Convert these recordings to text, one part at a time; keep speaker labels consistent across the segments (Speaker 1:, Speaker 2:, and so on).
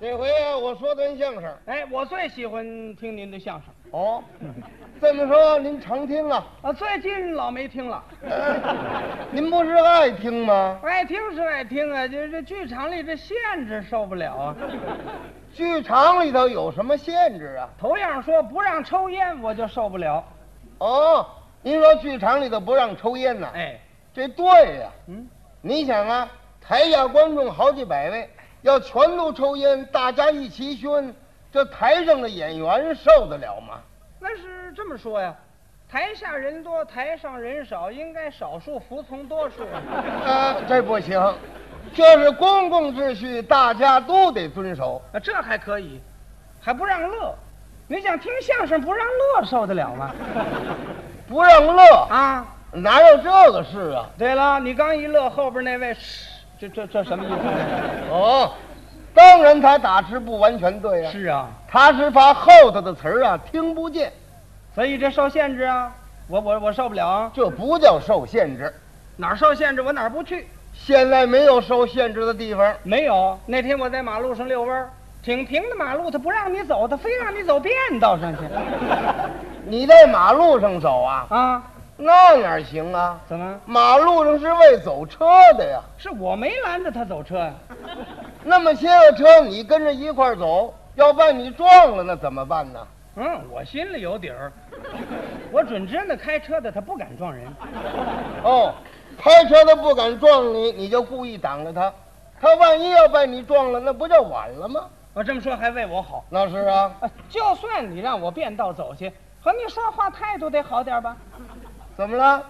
Speaker 1: 这回啊，我说段相声。
Speaker 2: 哎，我最喜欢听您的相声
Speaker 1: 哦， 这么说您常听 啊？
Speaker 2: 啊，最近老没听了，
Speaker 1: 您不是爱听吗？
Speaker 2: 爱哎听是爱听啊，就是这剧场里这限制受不了啊。
Speaker 1: 剧场里头有什么限制啊？
Speaker 2: 头样说不让抽烟，我就受不了。
Speaker 1: 哦，您说剧场里头不让抽烟呐、
Speaker 2: 哎，
Speaker 1: 这对呀、
Speaker 2: 嗯，
Speaker 1: 你想啊，台下观众好几百位，要全都抽烟，大家一起熏，这台上的演员受得了吗？
Speaker 2: 那是这么说呀，台下人多，台上人少，应该少数服从多数。啊
Speaker 1: 呃，这不行，这是公共秩序，大家都得遵守。
Speaker 2: 啊，这还可以，还不让乐。你想听相声不让乐受得了吗？
Speaker 1: 不让乐，
Speaker 2: 啊，
Speaker 1: 哪有这个事啊？
Speaker 2: 对了，你刚一乐，后边那位，嘘，这这这什么意思？
Speaker 1: 哦，当然他打字不完全对 呀、
Speaker 2: 是啊，
Speaker 1: 他是怕后头的词儿啊听不见，
Speaker 2: 所以这受限制啊，我我我受不了啊，
Speaker 1: 这不叫受限制。
Speaker 2: 哪儿受限制我哪儿不去。
Speaker 1: 现在没有受限制的地方，
Speaker 2: 没有，那天我在马路上遛弯儿，挺平的马路，他不让你走，他非让你走便道上去。
Speaker 1: 你在马路上走啊，
Speaker 2: 啊，
Speaker 1: 那哪儿行啊？
Speaker 2: 怎么？
Speaker 1: 马路上是为走车的呀，
Speaker 2: 是我没拦着他走车呀、
Speaker 1: 那么些个车你跟着一块儿走，要把你撞了那怎么办呢？
Speaker 2: 嗯，我心里有底儿，我准知道那开车的他不敢撞人。
Speaker 1: 哦，开车的不敢撞你，你就故意挡着他，他万一要被你撞了，那不就晚了吗？
Speaker 2: 我哦这么说还为我好。
Speaker 1: 那是啊。
Speaker 2: 啊就算你让我变道走去，和你说话态度得好点吧？
Speaker 1: 怎么了？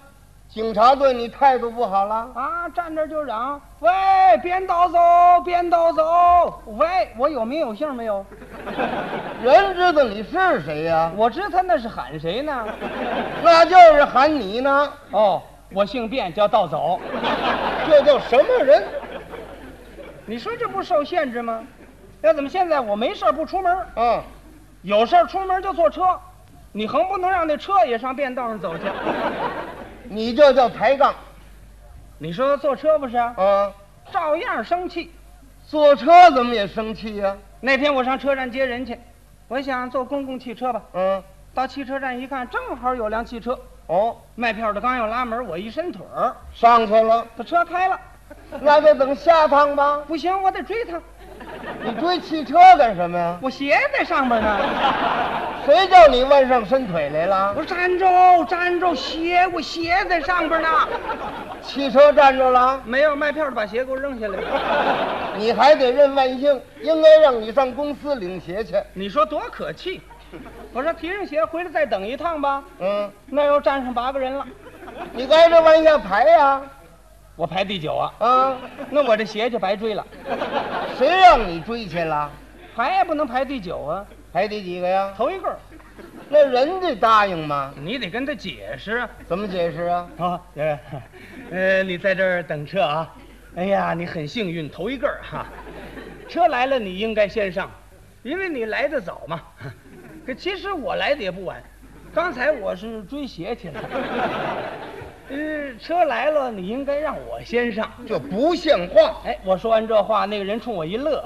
Speaker 1: 警察对你态度不好了？
Speaker 2: 啊，站这儿就嚷，喂，变道走，变道走，喂，我有名有姓没有？
Speaker 1: 人知道你是谁呀、
Speaker 2: 我知他那是喊谁呢？
Speaker 1: 那就是喊你呢。
Speaker 2: 哦，我姓卞，叫盗走。
Speaker 1: 这叫什么人？
Speaker 2: 你说这不受限制吗？要怎么现在我没事儿不出门儿，
Speaker 1: 啊，
Speaker 2: 有事儿出门就坐车，你横不能让那车也上便道上走去。
Speaker 1: 你这叫抬杠
Speaker 2: 你说坐车不是啊，
Speaker 1: 啊！
Speaker 2: 照样生气。
Speaker 1: 坐车怎么也生气呀、
Speaker 2: 那天我上车站接人去，我想坐公共汽车吧。
Speaker 1: 嗯，
Speaker 2: 到汽车站一看，正好有辆汽车，
Speaker 1: 哦，
Speaker 2: 卖票的刚要拉门，我一伸腿儿，
Speaker 1: 上去了，
Speaker 2: 他车开了。
Speaker 1: 那就等下趟吧。
Speaker 2: 不行，我得追他，
Speaker 1: 你追汽车干什么呀？
Speaker 2: 我鞋在上边呢。
Speaker 1: 谁叫你弯上伸腿来
Speaker 2: 我
Speaker 1: 了？
Speaker 2: 说站住，站住，鞋，我鞋在上边呢。
Speaker 1: 汽车站着了，
Speaker 2: 没有卖票的把鞋给我扔下来了。
Speaker 1: 你还得认万幸，应该让你上公司领鞋去。
Speaker 2: 你说多可气！我说提着鞋回来再等一趟吧，
Speaker 1: 嗯，
Speaker 2: 那又站上八个人了，
Speaker 1: 你挨着往下排呀、
Speaker 2: 我排第九啊，
Speaker 1: 啊，
Speaker 2: 那我这鞋就白追了，
Speaker 1: 谁让你追去了？
Speaker 2: 排也不能排第九啊，
Speaker 1: 排第几个呀？
Speaker 2: 头一个，
Speaker 1: 那人得答应吗？
Speaker 2: 你得跟他解释
Speaker 1: 怎么解释啊？
Speaker 2: 啊，呃，呃，你在这儿等车啊，哎呀，你很幸运，头一个哈、车来了你应该先上，因为你来的早嘛，可其实我来的也不晚，刚才我是追鞋去了，呃，车来了你应该让我先上。
Speaker 1: 这不像话！
Speaker 2: 哎，我说完这话，那个人冲我一乐，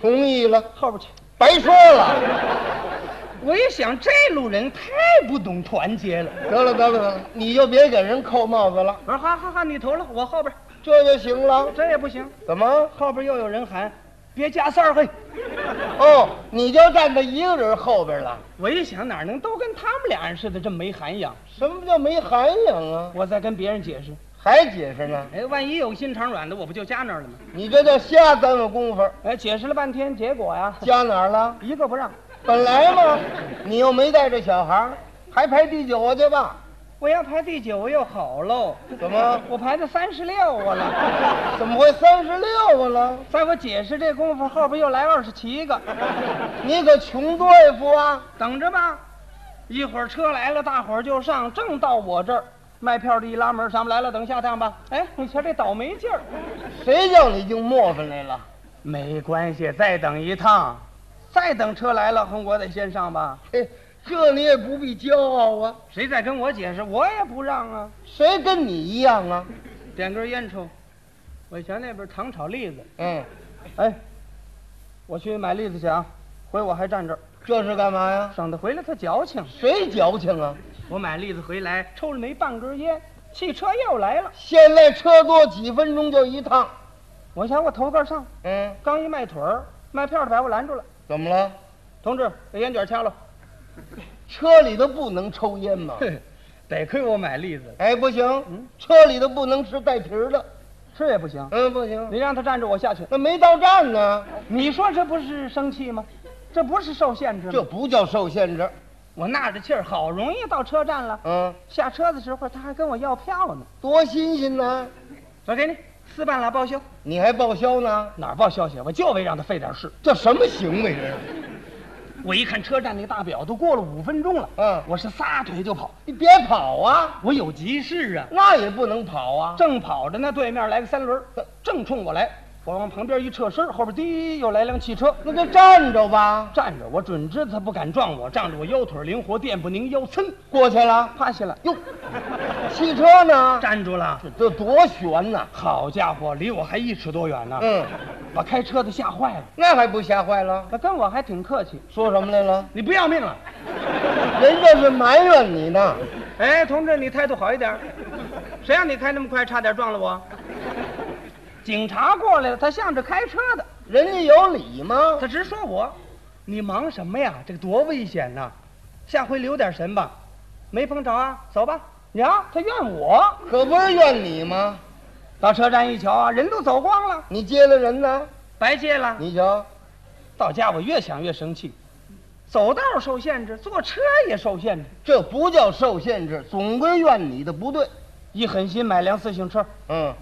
Speaker 1: 同意了，
Speaker 2: 后边去。
Speaker 1: 白说了。
Speaker 2: 我一想，这路人太不懂团结了。
Speaker 1: 得了得了得了，你就别给人扣帽子了，
Speaker 2: 我说好好好，你投了，我后边
Speaker 1: 这就行了。
Speaker 2: 这也不行，
Speaker 1: 怎么？
Speaker 2: 后边又有人喊，别加塞儿嘿。
Speaker 1: 哦，你就站在一个人后边了？
Speaker 2: 我一想，哪能都跟他们俩人似的这么没涵养？
Speaker 1: 什么叫没涵养啊？
Speaker 2: 我再跟别人解释，
Speaker 1: 还解释呢？
Speaker 2: 哎，万一有心肠软的，我不就加那儿了吗？
Speaker 1: 你这叫瞎耽误功夫。
Speaker 2: 哎，解释了半天，结果呀，
Speaker 1: 加哪儿了？
Speaker 2: 一个不让。
Speaker 1: 本来嘛，你又没带着小孩儿，还排第九去吧？
Speaker 2: 我要排第九又好喽，
Speaker 1: 怎么？
Speaker 2: 我排到三十六我了。
Speaker 1: 怎么会三十六啊了？
Speaker 2: 在我解释这功夫，后边又来二十七个。
Speaker 1: 你可穷对付啊！
Speaker 2: 等着吧，一会儿车来了，大伙儿就上，正到我这儿。卖票的一拉门，上不来了，等下趟吧。哎，你瞧这倒霉劲儿。
Speaker 1: 谁叫你净磨叽来了？
Speaker 2: 没关系，再等一趟，再等车来了，哼，我得先上吧。
Speaker 1: 嘿，这你也不必骄傲啊！
Speaker 2: 谁再跟我解释，我也不让啊。
Speaker 1: 谁跟你一样啊？
Speaker 2: 点根烟抽，我瞧那边糖炒栗子，
Speaker 1: 嗯，
Speaker 2: 哎，我去买栗子去啊，回我还站这儿，
Speaker 1: 这是干嘛呀？
Speaker 2: 省得回来他矫情。
Speaker 1: 谁矫情啊？
Speaker 2: 我买栗子回来，抽了没半根烟，汽车又来了。
Speaker 1: 现在车多，几分钟就一趟。
Speaker 2: 我想我头盖上，
Speaker 1: 嗯，
Speaker 2: 刚一迈腿儿，卖票的把我拦住了。
Speaker 1: 怎么了？
Speaker 2: 同志，把烟卷 掐了。
Speaker 1: 车里头不能抽烟吗？
Speaker 2: 得亏我买栗子，
Speaker 1: 哎，不行，
Speaker 2: 嗯
Speaker 1: 车里头不能吃带皮儿的。
Speaker 2: 吃也不行。
Speaker 1: 嗯，不行，
Speaker 2: 你让他站着，我下去。
Speaker 1: 那没到站呢，
Speaker 2: 你说这不是生气吗？这不是受限制吗？
Speaker 1: 这不叫受限制。
Speaker 2: 我纳着气儿，好容易到车站了。
Speaker 1: 嗯，
Speaker 2: 下车的时候，他还跟我要票呢。
Speaker 1: 多新鲜呢！
Speaker 2: 我给你四半拉报销，
Speaker 1: 你还报销呢？
Speaker 2: 哪儿报销去？我就为让他费点事。
Speaker 1: 这什么行为这啊是？
Speaker 2: 我一看车站那大表，都过了五分钟了。
Speaker 1: 嗯
Speaker 2: 我是撒腿就跑，
Speaker 1: 你别跑啊，
Speaker 2: 我有急事啊。
Speaker 1: 那也不能跑啊。
Speaker 2: 正跑着呢，对面来个三轮儿，正冲我来。我往旁边一撤身，后边滴又来辆汽车。
Speaker 1: 那就站着吧，
Speaker 2: 站着，我准知道他不敢撞我，仗着我腰腿灵活，垫步拧腰，噌
Speaker 1: 过去了。
Speaker 2: 趴下了。
Speaker 1: 哟，汽车呢？
Speaker 2: 站住了！
Speaker 1: 这多悬呐！
Speaker 2: 好家伙，离我还一尺多远呢！
Speaker 1: 嗯，
Speaker 2: 把开车的吓坏了，
Speaker 1: 那还不吓坏了？
Speaker 2: 他跟我还挺客气。
Speaker 1: 说什么来了？
Speaker 2: 你不要命了？
Speaker 1: 人这是埋怨你呢。
Speaker 2: 哎，同志，你态度好一点。谁让你开那么快，差点撞了我？警察过来了，他向着开车的，
Speaker 1: 人家有理吗？
Speaker 2: 他直说我。你忙什么呀？这个多危险呐、下回留点神吧。没碰着啊，走吧。呀，他怨我。
Speaker 1: 可不是怨你吗？
Speaker 2: 到车站一瞧啊，人都走光了，
Speaker 1: 你接了人呢？
Speaker 2: 白接了。
Speaker 1: 你瞧，
Speaker 2: 到家我越想越生气，走道受限制，坐车也受限制。
Speaker 1: 这不叫受限制，总归怨你的不对。
Speaker 2: 一狠心买辆自行车，
Speaker 1: 嗯，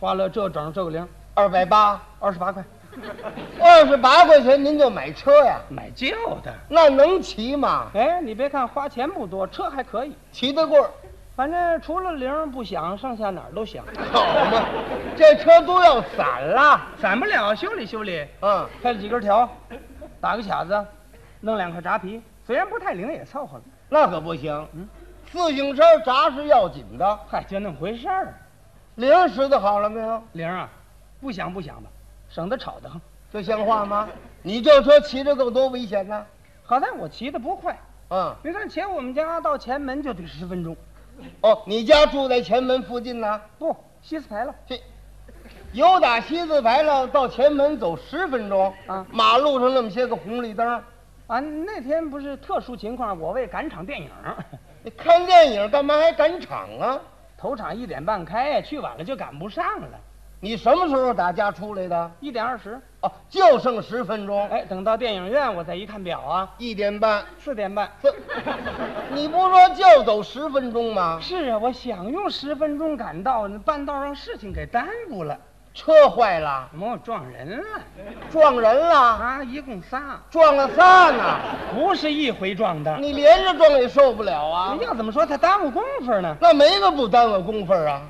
Speaker 2: 花了这整这个零，
Speaker 1: 二百八，
Speaker 2: 二十八块，
Speaker 1: 二十八块钱您就买车呀？
Speaker 2: 买旧的。
Speaker 1: 那能骑吗？
Speaker 2: 哎，你别看花钱不多，车还可以，
Speaker 1: 骑得过，
Speaker 2: 反正除了铃不响，剩下哪儿都响。
Speaker 1: 好嘛？这车都要散了。
Speaker 2: 散不了，修理修理，
Speaker 1: 嗯，
Speaker 2: 开了几根条，打个卡子，弄两块炸皮，虽然不太灵，也凑合了。
Speaker 1: 那可不行。
Speaker 2: 嗯
Speaker 1: 自行车闸是要紧的，
Speaker 2: 嗨，就那么回事儿。
Speaker 1: 零拾的好了没有？
Speaker 2: 铃啊，不响不响吧，省得吵得慌。
Speaker 1: 这像话吗？你这车骑着够多危险呐！
Speaker 2: 好在我骑得不快，
Speaker 1: 啊、
Speaker 2: 你看前我们家到前门就得十分钟，
Speaker 1: 哦，你家住在前门附近呢？
Speaker 2: 不西四牌了。
Speaker 1: 这由打西字牌了到前门走十分钟
Speaker 2: 啊
Speaker 1: 马路上那么些个红绿灯，
Speaker 2: 啊，那天不是特殊情况，我为赶场电影，
Speaker 1: 你看电影干嘛还赶场啊？
Speaker 2: 头场一点半开，去晚了就赶不上了，
Speaker 1: 你什么时候打家出来的？
Speaker 2: 一点二十。
Speaker 1: 哦，就剩十分钟，
Speaker 2: 哎，等到电影院我再一看表啊，
Speaker 1: 一点半。
Speaker 2: 四点半。
Speaker 1: 这， 你不说就走十分钟吗？
Speaker 2: 是啊，我想用十分钟赶到，半道让事情给耽误了，
Speaker 1: 车坏了，
Speaker 2: 怎么我撞人了
Speaker 1: 撞人了，
Speaker 2: 啊？一共仨，
Speaker 1: 撞了仨呢。
Speaker 2: 不是一回撞的。
Speaker 1: 你连着撞也受不了啊！
Speaker 2: 要怎么说他耽误功夫呢？
Speaker 1: 那没个不耽误功夫啊。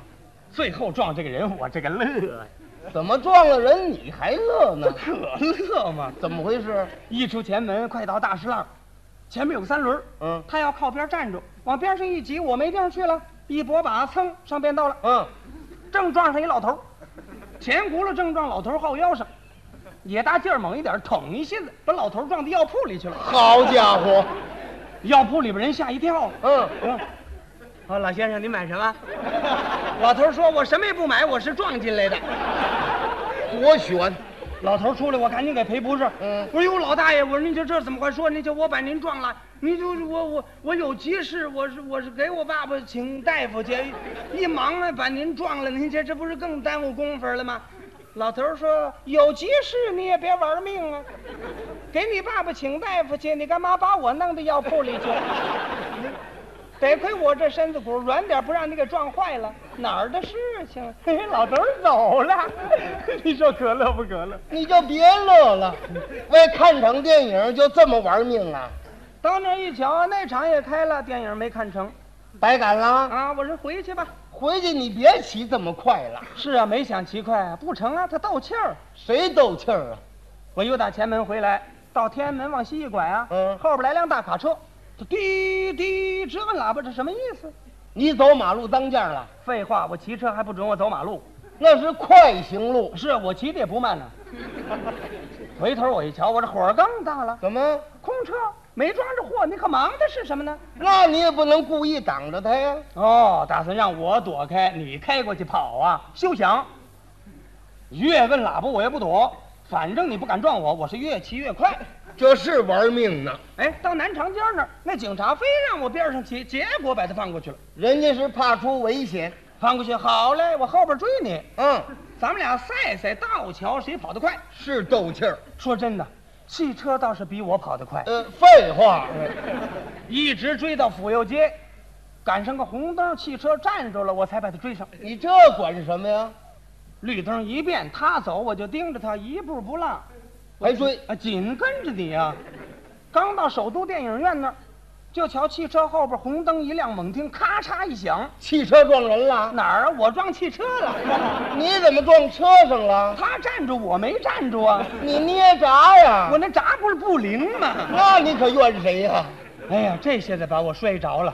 Speaker 2: 最后撞这个人，我这个乐呀，
Speaker 1: 怎么撞了人你还乐呢
Speaker 2: 这？可乐嘛！
Speaker 1: 怎么回事？
Speaker 2: 一出前门，快到大石栏儿，前面有个三轮儿，
Speaker 1: 嗯
Speaker 2: 他要靠边站住，往边上一挤，我没地方去了，一拨把，噌上便道了，
Speaker 1: 嗯，
Speaker 2: 正撞上一老头儿，前轱辘正撞老头儿后腰上，也大劲儿猛一点儿，捅一下子把老头儿撞到药铺里去了，
Speaker 1: 好家伙，
Speaker 2: 药铺里边人吓一跳了。
Speaker 1: 嗯，
Speaker 2: 嗯，哦，老先生，您买什么？ 老头儿说：“我什么也不买，我是撞进来的。
Speaker 1: 多悬！”
Speaker 2: 老头儿出来，我赶紧给赔不是。
Speaker 1: 嗯
Speaker 2: 我说：“哟，老大爷，我说您这这怎么会说？您就我把您撞了，您就是我我我有急事，我是我是给我爸爸请大夫去，一忙啊把您撞了，您这这不是更耽误工夫了吗？”老头儿说：“有急事你也别玩命啊，给你爸爸请大夫去，你干嘛把我弄到药铺里去？得亏我这身子骨软点，不让你给撞坏了，哪儿的事情？ 嘿嘿老头儿走了， 你说可乐不可乐？
Speaker 1: 你就别乐了，为看场电影就这么玩命啊？
Speaker 2: 到那儿一瞧，那场也开了，电影没看成
Speaker 1: 白赶了，
Speaker 2: 啊！我说回去吧。
Speaker 1: 回去你别骑这么快了，
Speaker 2: 是啊，没想骑快，不成啊，他斗气儿。
Speaker 1: 谁斗气儿啊？
Speaker 2: 我又打前门回来，到天安门往西一拐啊，
Speaker 1: 嗯
Speaker 2: 后边来辆大卡车，这滴滴直摁喇叭，这什么意思？
Speaker 1: 你走马路当间了，
Speaker 2: 废话，我骑车还不准我走马路，啊
Speaker 1: 那是快行路，
Speaker 2: 是我骑的也不慢呢、回头我一瞧，我这火更大了，
Speaker 1: 怎么？
Speaker 2: 空车没装着货，你可忙的是什么呢？
Speaker 1: 那你也不能故意挡着他呀。
Speaker 2: 哦，打算让我躲开，你开过去跑啊？休想！越问喇叭我也不躲，反正你不敢撞我，我是越骑越快。
Speaker 1: 这是玩命呢，
Speaker 2: 哎，到南长街那儿，那警察非让我边上骑，结果把他放过去了。
Speaker 1: 人家是怕出危险。
Speaker 2: 翻过去，好嘞，我后边追你，
Speaker 1: 嗯，
Speaker 2: 咱们俩赛赛道桥谁跑得快。
Speaker 1: 是斗气儿。
Speaker 2: 说真的，汽车倒是比我跑得快，
Speaker 1: 呃，废话，
Speaker 2: 一直追到府右街，赶上个红灯，汽车站住了，我才把他追上。
Speaker 1: 你这管什么呀？
Speaker 2: 绿灯一变，他走我就盯着他，一步不落，
Speaker 1: 还追？
Speaker 2: 啊，紧跟着你啊。刚到首都电影院那儿，就瞧汽车后边红灯一亮，猛听咔嚓一响，
Speaker 1: 汽车撞人了？
Speaker 2: 哪儿啊？我撞汽车了，
Speaker 1: 你怎么撞车上了？
Speaker 2: 他站住，我没站住啊。
Speaker 1: 你捏闸呀
Speaker 2: 我？那闸不是不灵吗？
Speaker 1: 那你可怨谁呀？
Speaker 2: 哎呀，这下子把我摔着了，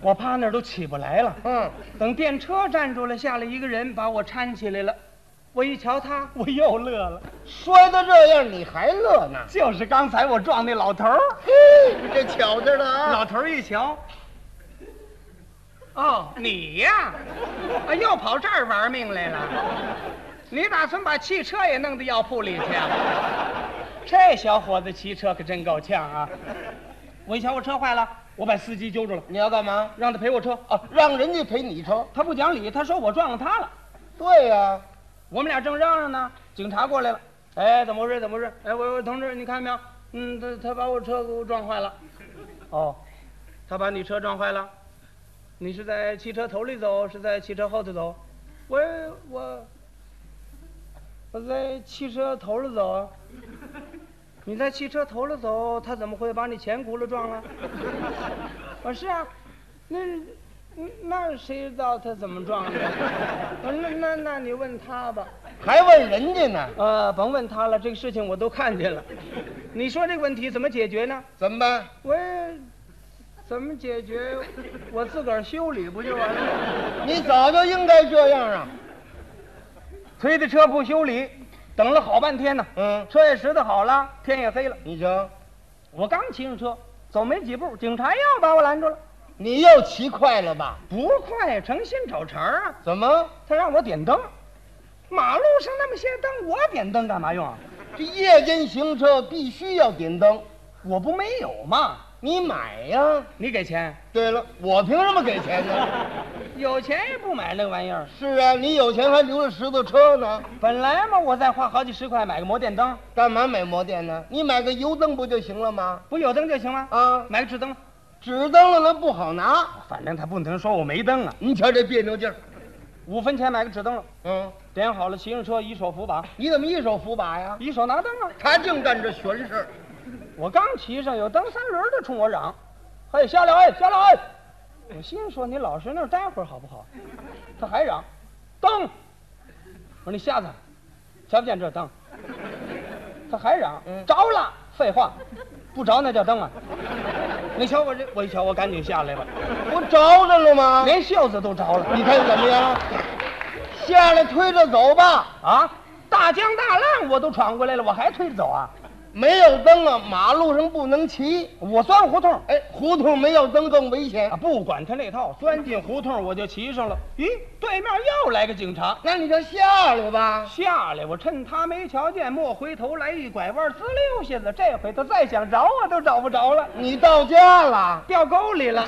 Speaker 2: 我趴那儿都起不来了。
Speaker 1: 嗯，
Speaker 2: 等电车站住了，下来一个人把我搀起来了。我一瞧他，我又乐了，
Speaker 1: 摔得这样你还乐呢？
Speaker 2: 就是刚才我撞那老头儿。
Speaker 1: 嘿，这巧劲儿的啊！
Speaker 2: 老头儿一瞧，哦，你呀、啊，又跑这儿玩命来了？你打算把汽车也弄到药铺里去啊？这小伙子骑车可真够呛啊！我一瞧我车坏了，我把司机揪住了，
Speaker 1: 你要干嘛？
Speaker 2: 让他赔我车。哦
Speaker 1: 啊，让人家赔你车。
Speaker 2: 他不讲理，他说我撞了他了。
Speaker 1: 对呀、
Speaker 2: 我们俩正嚷嚷呢，警察过来了。哎，怎么回事？怎么回事？哎，我说同志，你看见没有？嗯，他他把我车给我撞坏了。哦，他把你车撞坏了。你是在汽车头里走，是在汽车后头走？我我我在汽车头里走啊。你在汽车头里走，他怎么会把你前轱辘撞了？ 我是啊，那那谁知道他怎么撞 的？我说那那那你问他吧。
Speaker 1: 还问人家呢？
Speaker 2: 呃，甭问他了，这个事情我都看见了。你说这个问题怎么解决呢？
Speaker 1: 怎么办？
Speaker 2: 我也怎么解决？我自个儿修理不就完了吗？
Speaker 1: 你早就应该这样啊。
Speaker 2: 推的车不修理，等了好半天呢。
Speaker 1: 嗯，
Speaker 2: 车也拾掇好了，天也黑了。
Speaker 1: 你瞧，
Speaker 2: 我刚骑上车，走没几步，警察又把我拦住了。
Speaker 1: 你又骑快了吧？
Speaker 2: 不快，诚心找茬儿啊！
Speaker 1: 怎么？
Speaker 2: 他让我点灯，马路上那么些灯，我点灯干嘛用啊？
Speaker 1: 这夜间行车必须要点灯，
Speaker 2: 我不没有嘛？
Speaker 1: 你买呀。
Speaker 2: 你给钱，
Speaker 1: 对了，我凭什么给钱呢？
Speaker 2: 有钱也不买那玩意儿。
Speaker 1: 是啊，你有钱还留着石头车呢，
Speaker 2: 本来嘛，我再花好几十块买个摩电灯，
Speaker 1: 干嘛买摩电呢？你买个油灯不就行了吗？
Speaker 2: 不有灯就行了。
Speaker 1: 啊，
Speaker 2: 买个纸灯，
Speaker 1: 纸灯了那不好拿，
Speaker 2: 反正他不能说我没灯啊。
Speaker 1: 你瞧这别扭劲儿。
Speaker 2: 五分钱买个纸灯了，
Speaker 1: 嗯，
Speaker 2: 点好了，骑上车，一手扶把，
Speaker 1: 你怎么一手扶把呀？
Speaker 2: 一手拿灯啊。
Speaker 1: 他净干这玄事。
Speaker 2: 我刚骑上，有蹬三轮的冲我嚷：“嘿，下来！哎，下来！”哎，我心说你老实那儿待会儿好不好？他还嚷：“蹬！”我说你瞎子，瞧不见这灯。他还嚷：“
Speaker 1: 嗯
Speaker 2: 着了！”废话，不着那叫灯啊！你瞧我这，我一瞧我赶紧下来了，
Speaker 1: 不着着了吗？
Speaker 2: 连袖子都着了
Speaker 1: 你看怎么样？下来推着走吧，
Speaker 2: 啊！大江大浪我都闯过来了，我还推着走啊？
Speaker 1: 没有灯啊，马路上不能骑。
Speaker 2: 我钻胡同，
Speaker 1: 哎，胡同没有灯更危险
Speaker 2: 啊，。不管他那套，钻进胡同我就骑上了。咦，对面又来个警察，
Speaker 1: 那你就下来吧。
Speaker 2: 下来我趁他没瞧见，莫回头来一拐弯，滋溜下子。这啊回他再想找我都找不着了，
Speaker 1: 你到家了。
Speaker 2: 掉沟里了。